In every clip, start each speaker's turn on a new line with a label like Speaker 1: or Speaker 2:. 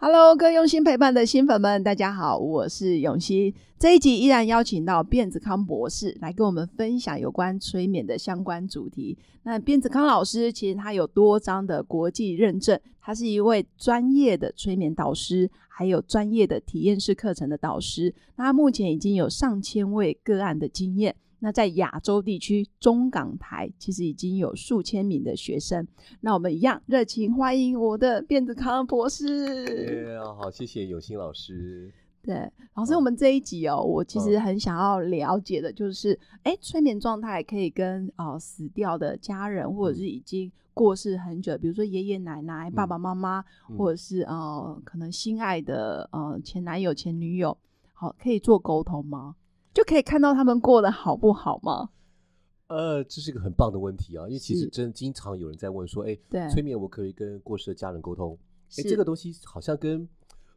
Speaker 1: Hello，各位用心陪伴的新粉们，大家好，我是永熙。这一集依然邀请到卞子康博士来跟我们分享有关催眠的相关主题。那卞子康老师其实他有多张的国际认证，他是一位专业的催眠导师，还有专业的体验式课程的导师。那他目前已经有上千位个案的经验。那在亚洲地区，中港台其实已经有数千名的学生。那我们一样热情欢迎我的卞子康博士。
Speaker 2: 耶啊好，谢谢永新老师。
Speaker 1: 对，老
Speaker 2: 嗯
Speaker 1: 师，我们这一集哦，我其实很想要了解的就是，哎、催眠状态可以跟呃死掉的家人，或者是已经过世很久，比如说爷爷奶奶、爸爸妈妈，
Speaker 2: 嗯嗯
Speaker 1: 或者是呃可能心爱的呃前男友、前女友，好，可以做沟通吗？就可以看到他们过得好不好吗？
Speaker 2: 呃，这是一个很棒的问题啊，因为其
Speaker 1: 是
Speaker 2: 实真经常有人在问说，哎，
Speaker 1: 对
Speaker 2: 催眠我可以跟过世的家人沟通，哎，
Speaker 1: 是
Speaker 2: 这个东西好像跟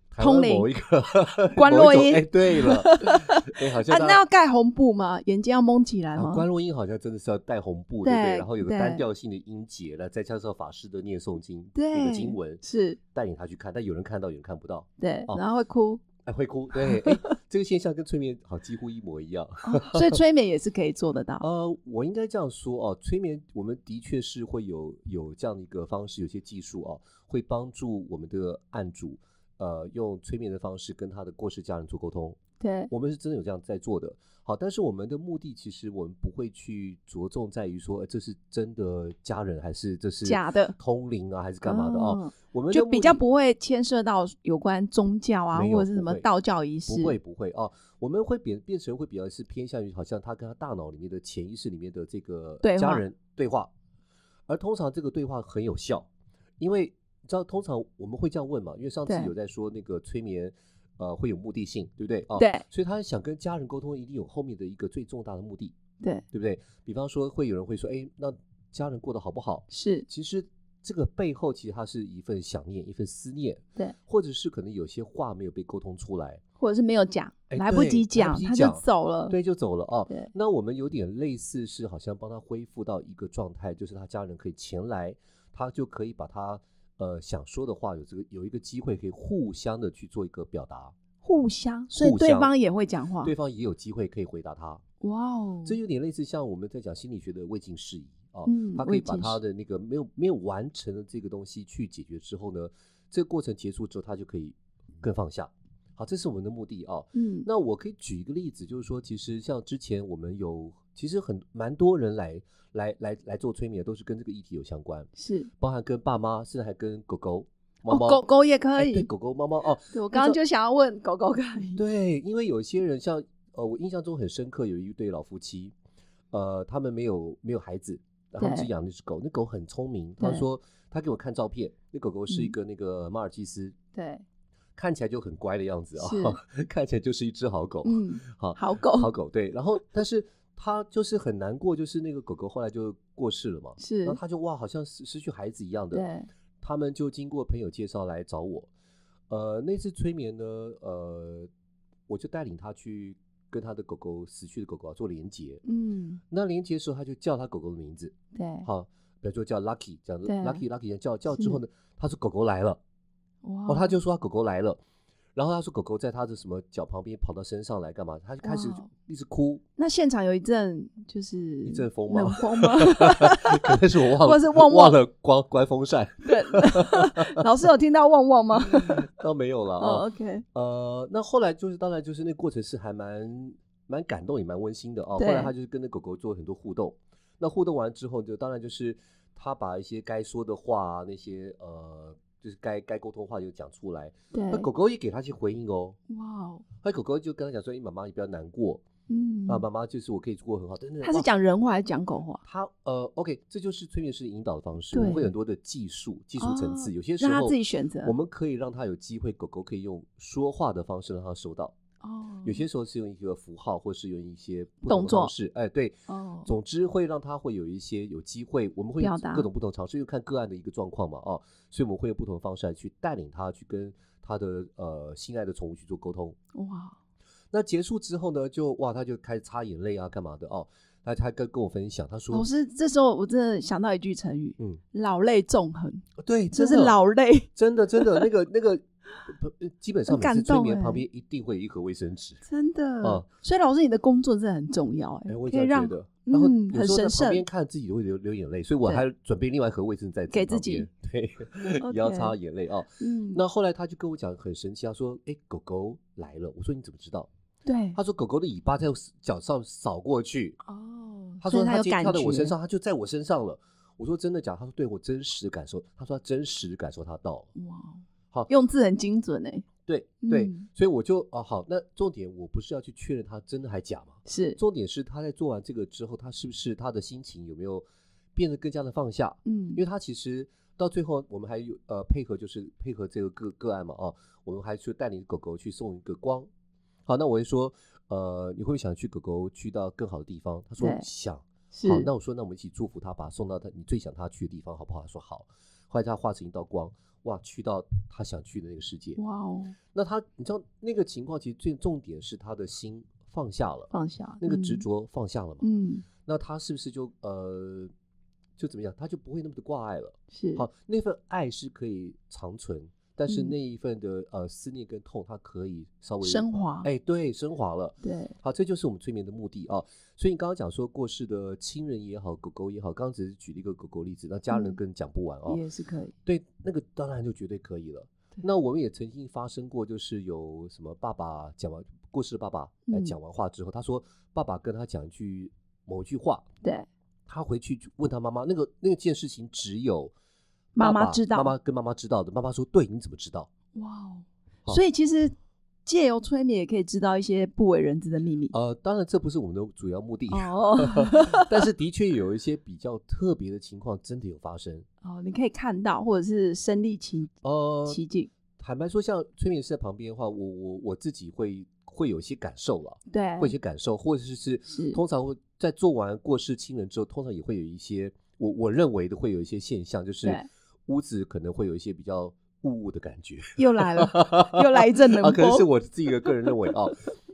Speaker 2: 台
Speaker 1: 通
Speaker 2: 湾
Speaker 1: 灵
Speaker 2: 某一个
Speaker 1: 关
Speaker 2: 某一
Speaker 1: 洛
Speaker 2: 种
Speaker 1: 音
Speaker 2: 哎，对 了，哎，好
Speaker 1: 啊，
Speaker 2: 像
Speaker 1: 那
Speaker 2: 大
Speaker 1: 要
Speaker 2: 家。啊
Speaker 1: 盖红布吗？眼睛要蒙起来
Speaker 2: 然后
Speaker 1: 吗？
Speaker 2: 关洛音好像真的是要带红布，对不
Speaker 1: 对
Speaker 2: 对？然后有个
Speaker 1: 对
Speaker 2: 单调性的音节了，再加上法师的念诵经，
Speaker 1: 对
Speaker 2: 有个经文
Speaker 1: 是，
Speaker 2: 带领他去看，但有人看到，有人看不到，
Speaker 1: 对，
Speaker 2: 哦
Speaker 1: 然后会哭，
Speaker 2: 哎，会哭。 对，哎，这个现象跟催眠好几乎一模一样。
Speaker 1: 哦所以催眠也是可以做得到。
Speaker 2: 呃，我应该这样说哦，催眠我们的确是会有有这样的一个方式，有些技术哦，会帮助我们的案主，呃，用催眠的方式跟他的过世家人做沟通。
Speaker 1: 对，
Speaker 2: 我们是真的有这样在做的。好，但是我们的目的其实我们不会去着重在于说，呃、这是真的家人还是这是
Speaker 1: 假的
Speaker 2: 通灵啊，还是干嘛的哦？
Speaker 1: 嗯
Speaker 2: 我们
Speaker 1: 就
Speaker 2: 的
Speaker 1: 比
Speaker 2: 目
Speaker 1: 较
Speaker 2: 的
Speaker 1: 不会牵涉到有关宗教啊，
Speaker 2: 没有
Speaker 1: 或者是什么
Speaker 2: 不会
Speaker 1: 道教仪式。
Speaker 2: 不会不会哦，我们会变变成会比较是偏向于好像他跟他大脑里面的潜意识里面的这个
Speaker 1: 对话
Speaker 2: 家人对话，而通常这个对话很有效，因为你知道通常我们会这样问嘛，因为上次
Speaker 1: 对
Speaker 2: 有在说那个催眠。呃，会有目的性，对不对？哦，
Speaker 1: 对
Speaker 2: 所以他想跟家人沟通，一定有后面的一个最重大的目的，
Speaker 1: 对，
Speaker 2: 对不对？比方说，会有人会说，哎，那家人过得好不好？
Speaker 1: 是，
Speaker 2: 其实这个背后，其实它是一份想念，一份思念，
Speaker 1: 对，
Speaker 2: 或者是可能有些话没有被沟通出来，
Speaker 1: 或者是没有讲，
Speaker 2: 哎
Speaker 1: 来不
Speaker 2: 对
Speaker 1: 及
Speaker 2: 来不
Speaker 1: 讲，
Speaker 2: 及
Speaker 1: 他就
Speaker 2: 讲
Speaker 1: 走了。
Speaker 2: 对，就走了哦
Speaker 1: 嗯对。
Speaker 2: 那我们有点类似是好像帮他恢复到一个状态，就是他家人可以前来，他就可以把他呃想说的话有这个有一个机会可以互相的去做一个表达，
Speaker 1: 互相，所以
Speaker 2: 互
Speaker 1: 对
Speaker 2: 相
Speaker 1: 方也会讲话。
Speaker 2: 对方也有机会可以回答他。
Speaker 1: 哇哦，
Speaker 2: 这有点类似像我们在讲心理学的未尽事宜哦，
Speaker 1: 嗯
Speaker 2: 他可
Speaker 1: 未
Speaker 2: 以把
Speaker 1: 尽
Speaker 2: 他
Speaker 1: 事
Speaker 2: 的那个没有没有完成的这个东西去解决之后呢，这个过程结束之后，他就可以更放下。好，这是我们的目的哦。
Speaker 1: 嗯，
Speaker 2: 那我可以举一个例子，就是说，其实像之前我们有，其实很蛮多人来来来来做催眠，都是跟这个议题有相关，
Speaker 1: 是
Speaker 2: 包含跟爸妈，甚至还跟狗狗、猫
Speaker 1: 哦，
Speaker 2: 猫、
Speaker 1: 狗狗也可
Speaker 2: 哎
Speaker 1: 以
Speaker 2: 对。狗狗、猫猫哦，
Speaker 1: 对我刚刚就想要问狗狗可 以。
Speaker 2: 对，因为有些人像呃，我印象中很深刻，有一对老夫妻，呃，他们没有没有孩子，然后他们
Speaker 1: 对
Speaker 2: 只养了一只狗，那狗很聪明，他
Speaker 1: 对
Speaker 2: 说他给我看照片，那狗狗是一
Speaker 1: 嗯
Speaker 2: 个那个马尔济斯，
Speaker 1: 对，
Speaker 2: 看起来就很乖的样子啊、哦， 看起来就是一只好狗，
Speaker 1: 嗯，
Speaker 2: 好。
Speaker 1: 好狗
Speaker 2: 好狗对，然后但是他就是很难过，就是那个狗狗后来就过世了嘛，
Speaker 1: 是
Speaker 2: 然后他就哇，好像失失去孩子一样的，
Speaker 1: 对，
Speaker 2: 他们就经过朋友介绍来找我，呃，那次催眠呢，呃，我就带领他去跟他的狗狗死去的狗狗啊做连接，
Speaker 1: 嗯，
Speaker 2: 那连接的时候他就叫他狗狗的名字，
Speaker 1: 对，
Speaker 2: 好，比如说叫 Lucky，这样子
Speaker 1: 对
Speaker 2: ，Lucky Lucky 叫叫
Speaker 1: 是
Speaker 2: 之后呢，他说狗狗来了。
Speaker 1: 哇
Speaker 2: 哦，他就说他狗狗来了，然后他说狗狗在他的什么脚旁边跑到身上来干嘛？他就开始
Speaker 1: 哇
Speaker 2: 一直哭，
Speaker 1: 那现场有一阵就是一
Speaker 2: 阵风吗
Speaker 1: 冷风吗？
Speaker 2: 可能是我忘了，
Speaker 1: 或者是旺旺
Speaker 2: 忘了关关 风扇，
Speaker 1: 对，老师有听到旺旺吗？
Speaker 2: 倒没有了
Speaker 1: 哦
Speaker 2: 啊。
Speaker 1: ，OK，
Speaker 2: 呃，那后来就是，当然就是那过程是还蛮蛮感动也蛮温馨的哦。后
Speaker 1: 对
Speaker 2: 来他就是跟那狗狗做很多互动，那互动完之后就当然就是他把一些该说的话啊，那些呃就是该该沟通话就讲出来，
Speaker 1: 对
Speaker 2: 那，狗狗也给他一些回应哦。
Speaker 1: 哇哦，
Speaker 2: 那狗狗就跟他讲说：“哎、妈妈，你不要难过，
Speaker 1: 嗯，
Speaker 2: 啊，妈妈就是我可以过得很好。”等等，
Speaker 1: 他是
Speaker 2: 哇
Speaker 1: 讲人话还是讲狗话？
Speaker 2: 他呃，OK，这就是催眠师引导的方式，我们
Speaker 1: 对
Speaker 2: 会有很多的技术、技术层次，
Speaker 1: 哦
Speaker 2: 有些时
Speaker 1: 让他
Speaker 2: 候
Speaker 1: 自己选择
Speaker 2: 我们可以让他有机会，狗狗可以用说话的方式让他收到，
Speaker 1: 哦，
Speaker 2: 有些时候是用一个符号，或是用一些不
Speaker 1: 动
Speaker 2: 同的
Speaker 1: 作
Speaker 2: 方式，哎，对，
Speaker 1: 哦
Speaker 2: 总之会让他会有一些有机会，我们会有
Speaker 1: 表达
Speaker 2: 各种不同尝试，又看个案的一个状况嘛，哦，所以我们会有不同的方式来去带领他去跟他的呃心爱的宠物去做沟通。
Speaker 1: 哇，
Speaker 2: 那结束之后呢，就哇，他就开始擦眼泪啊，干嘛的哦？那他跟跟我分享，他说
Speaker 1: 老，师，这时候我真的想到一句成语，
Speaker 2: 嗯，
Speaker 1: 老泪纵横，
Speaker 2: 哦对，
Speaker 1: 这
Speaker 2: 真
Speaker 1: 是
Speaker 2: 的
Speaker 1: 老泪，
Speaker 2: 真的真的那个那个，呃不基本上
Speaker 1: 很感
Speaker 2: 每次催
Speaker 1: 动
Speaker 2: 眠
Speaker 1: 哎
Speaker 2: 旁边一定会有一盒卫生纸。
Speaker 1: 真的。
Speaker 2: 哦
Speaker 1: 所以老师，你的工作真的很重要、哎、
Speaker 2: 哎，我也
Speaker 1: 可
Speaker 2: 这
Speaker 1: 以
Speaker 2: 样
Speaker 1: 让
Speaker 2: 觉得。然后
Speaker 1: 嗯
Speaker 2: 有
Speaker 1: 很
Speaker 2: 时候在
Speaker 1: 神
Speaker 2: 旁边
Speaker 1: 圣
Speaker 2: 看自己都会流流眼泪，所以我
Speaker 1: 对
Speaker 2: 还准备另外一盒卫生纸在
Speaker 1: 给
Speaker 2: 旁
Speaker 1: 自己
Speaker 2: 边，对，也要
Speaker 1: OK
Speaker 2: 擦眼泪哦。
Speaker 1: 嗯，
Speaker 2: 那后来他就跟我讲很神奇，他说：“哎，狗狗来了。”我说：“你怎么知道
Speaker 1: 对？”，
Speaker 2: 他说：“狗狗的尾巴在我脚上扫过去。
Speaker 1: 哦”，
Speaker 2: 他
Speaker 1: 所以
Speaker 2: 说：“
Speaker 1: 他有
Speaker 2: 今
Speaker 1: 感
Speaker 2: 天跳到我身
Speaker 1: 觉
Speaker 2: 上，它就在我身上了。”我说：“真的假的？”他说：“对我真实的感受。”他说：“他真实地感受他到了。
Speaker 1: 哇，
Speaker 2: 好
Speaker 1: 用字很精准哎、
Speaker 2: 对”对
Speaker 1: 嗯
Speaker 2: 所以我就哦好，那重点我不是要去确认他真的还假吗？
Speaker 1: 是，
Speaker 2: 重点是他在做完这个之后，他是不是他的心情有没有变得更加的放下？
Speaker 1: 嗯
Speaker 2: 因为他其实到最后，我们还有呃配合，就是配合这个个个案嘛，哦，我们还去带领狗狗去送一个光。好，那我会说，呃，你会不会想去狗狗去到更好的地方？他说
Speaker 1: 对
Speaker 2: 想。
Speaker 1: 是
Speaker 2: 好，那我说，那我们一起祝福他，把他送到他你最想他去的地方，好不好？他说好。后来他化成一道光，哇，去到他想去的那个世界。
Speaker 1: 哇哦，
Speaker 2: 那他，你知道那个情况，其实最重点是他的心放下了，
Speaker 1: 放下
Speaker 2: 那个执
Speaker 1: 嗯
Speaker 2: 着放下了嘛。
Speaker 1: 嗯，
Speaker 2: 那他是不是就呃，就怎么样？他就不会那么的挂碍了。
Speaker 1: 是
Speaker 2: 好，那份爱是可以长存，但是
Speaker 1: 嗯
Speaker 2: 那一份的、呃思念跟痛，它可以稍微
Speaker 1: 升华，
Speaker 2: 哎，对，升华了。
Speaker 1: 对，
Speaker 2: 好，这就是我们催眠的目的啊。所以你刚刚讲说过世的亲人也好，狗狗也好，刚刚只是举了一个狗狗例子，那家人
Speaker 1: 嗯
Speaker 2: 更讲不完哦。
Speaker 1: 也是可以，
Speaker 2: 对，那个当然就绝对可以了。
Speaker 1: 对
Speaker 2: 那我们也曾经发生过，就是有什么爸爸讲完过世的爸爸来
Speaker 1: 嗯
Speaker 2: 讲完话之后，他说爸爸跟他讲一句某一句话，
Speaker 1: 对，
Speaker 2: 他回去问他妈妈，那个那件事情只有
Speaker 1: 妈
Speaker 2: 爸
Speaker 1: 妈
Speaker 2: 爸
Speaker 1: 知道
Speaker 2: 妈妈跟妈妈知道的。妈妈说：“对，你怎么知道
Speaker 1: 哇哦，
Speaker 2: 好
Speaker 1: 所以其实借由催眠也可以知道一些不为人知的秘密？”。
Speaker 2: 呃，当然这不是我们的主要目的，
Speaker 1: 哦
Speaker 2: 但是的确有一些比较特别的情况真的有发生。
Speaker 1: 哦，你可以看到或者是身临其
Speaker 2: 呃，
Speaker 1: 其境，
Speaker 2: 坦白说，像催眠师在旁边的话，我我我自己会会有一些感受了，
Speaker 1: 对，
Speaker 2: 会有一些感受，或者是
Speaker 1: 嗯是
Speaker 2: 通常会在做完过世亲人之后，通常也会有一些我我认为的会有一些现象，就是
Speaker 1: 对
Speaker 2: 屋子可能会有一些比较雾雾的感觉。
Speaker 1: 又来了，又来一阵冷
Speaker 2: 啊，可能是
Speaker 1: 风，
Speaker 2: 我自己的个人认为啊，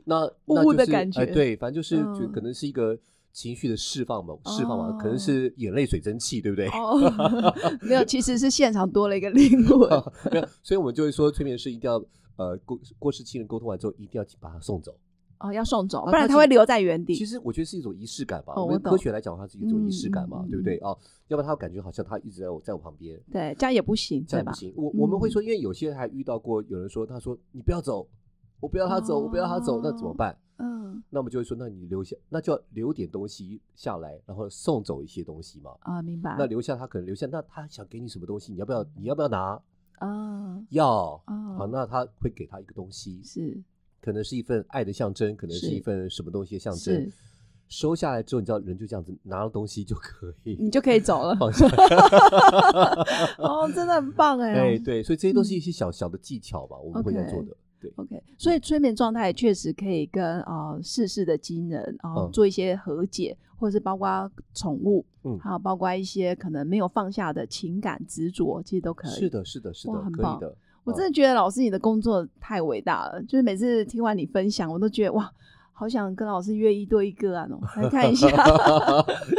Speaker 2: 那
Speaker 1: 雾
Speaker 2: 那就
Speaker 1: 雾的
Speaker 2: 是
Speaker 1: 感觉
Speaker 2: 哎对，反正就是就
Speaker 1: 嗯
Speaker 2: 可能是一个情绪的释放嘛，释放嘛，
Speaker 1: 哦
Speaker 2: 可能是眼泪水蒸气，对不对？
Speaker 1: 哦， 没有，其实是现场多了一个灵魂，
Speaker 2: 没有，所以我们就会说，催眠师一定要呃过过世亲人沟通完之后，一定要把他送走。
Speaker 1: 哦，要送走，
Speaker 2: 啊
Speaker 1: 不然
Speaker 2: 它
Speaker 1: 他
Speaker 2: 其
Speaker 1: 会
Speaker 2: 实
Speaker 1: 留在原
Speaker 2: 其
Speaker 1: 地。
Speaker 2: 实我觉得是一种仪式感吧，
Speaker 1: 哦
Speaker 2: 我们
Speaker 1: 我
Speaker 2: 科
Speaker 1: 懂
Speaker 2: 学来讲，它是一种仪式感嘛，
Speaker 1: 嗯嗯
Speaker 2: 对不对啊？要不然他感觉好像他一直在我在我旁边，
Speaker 1: 对，这样也不行，
Speaker 2: 这
Speaker 1: 对
Speaker 2: 样
Speaker 1: 吧
Speaker 2: 不？行。我我们会
Speaker 1: 嗯
Speaker 2: 说，因为有些人还遇到过有人说，他说你不要走，我不要他走，我不要他走，那怎么
Speaker 1: 哦
Speaker 2: 办？
Speaker 1: 嗯
Speaker 2: 那我们就会说，那你留下，那就要留点东西下来，然后送走一些东西嘛。
Speaker 1: 啊，嗯明白。
Speaker 2: 那留下他可能留下，那他想给你什么东西，你要不要？你要不要拿？
Speaker 1: 啊
Speaker 2: 要。
Speaker 1: 啊
Speaker 2: 好，，那他会给他一个东西，
Speaker 1: 是
Speaker 2: 可能是一份爱的象征，可能是
Speaker 1: 是
Speaker 2: 一份什么东西的象征
Speaker 1: 是。，
Speaker 2: 收下来之后，你知道人就这样子拿了东西就可以
Speaker 1: 你就可以走了。
Speaker 2: 放下。
Speaker 1: 哦，真的很棒 哎。
Speaker 2: 对对，所以这些都是一些小小的技巧吧，我们会在做的。对，
Speaker 1: OK，所以催眠状态确实可以跟呃逝世的亲人啊、呃
Speaker 2: 嗯
Speaker 1: 做一些和解，或者是包括宠物，
Speaker 2: 嗯
Speaker 1: 还有包括一些可能没有放下的情感执着，其实都可以。
Speaker 2: 是，的，是的，是的
Speaker 1: 哇，很
Speaker 2: 可以
Speaker 1: 棒
Speaker 2: 的。
Speaker 1: 我
Speaker 2: 嗯
Speaker 1: 真的觉得老师你的工作太伟大了，就是每次听完你分享，我都觉得哇，好想跟老师约一对一个案哦，来看一 下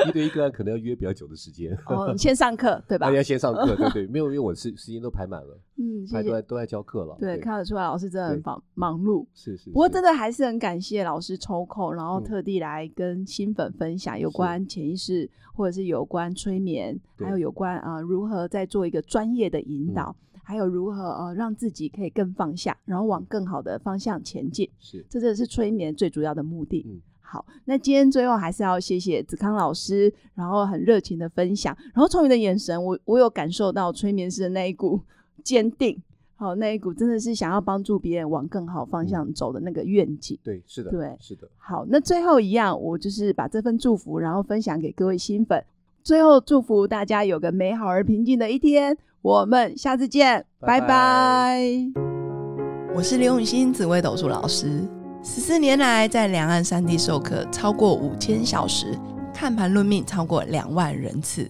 Speaker 2: 一对一个案可能要约比较久的时间。
Speaker 1: 哦，先上课对吧
Speaker 2: 大？家先上 课，对对，没有，因为我是时间都排满了，
Speaker 1: 嗯，谢
Speaker 2: 排都在
Speaker 1: 谢。
Speaker 2: 都在教课了。
Speaker 1: 对，看得出来老师真的很
Speaker 2: 对
Speaker 1: 忙忙碌。
Speaker 2: 是是。
Speaker 1: 不过真
Speaker 2: 的，
Speaker 1: 的还是很感谢老师抽空，然后
Speaker 2: 嗯
Speaker 1: 特地来跟新粉分享有
Speaker 2: 是
Speaker 1: 关潜意识，或者是有关催眠，
Speaker 2: 对嗯
Speaker 1: 还有有关啊、呃如何在做一个专业的引导，还有如何呃让自己可以更放下，然后往更好的方向前进。
Speaker 2: 是
Speaker 1: 这真的是催眠最主要的目的。
Speaker 2: 嗯
Speaker 1: 好，那今天最后还是要谢谢子康老师，然后很热情的分享，然后从你的眼神，我我有感受到催眠师的那一股坚定，好、那一股真的是想要帮助别人往更好
Speaker 2: 嗯
Speaker 1: 方向走的那个愿景。
Speaker 2: 对，是的，
Speaker 1: 对
Speaker 2: 是的。
Speaker 1: 好，那最后一样，我就是把这份祝福，然后分享给各位新粉。最后祝福大家有个美好而平静的一天，我们下次见，
Speaker 2: 拜拜
Speaker 1: 拜拜我是刘雨欣，紫薇斗数老师。十四年来，在两岸三地授课超过五千小时，看盘论命超过两万人次。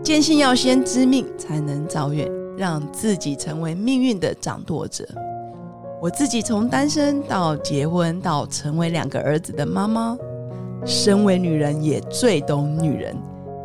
Speaker 1: 坚信要先知命，才能造运，让自己成为命运的掌舵者。我自己从单身到结婚，到成为两个儿子的妈妈，身为女人也最懂女人。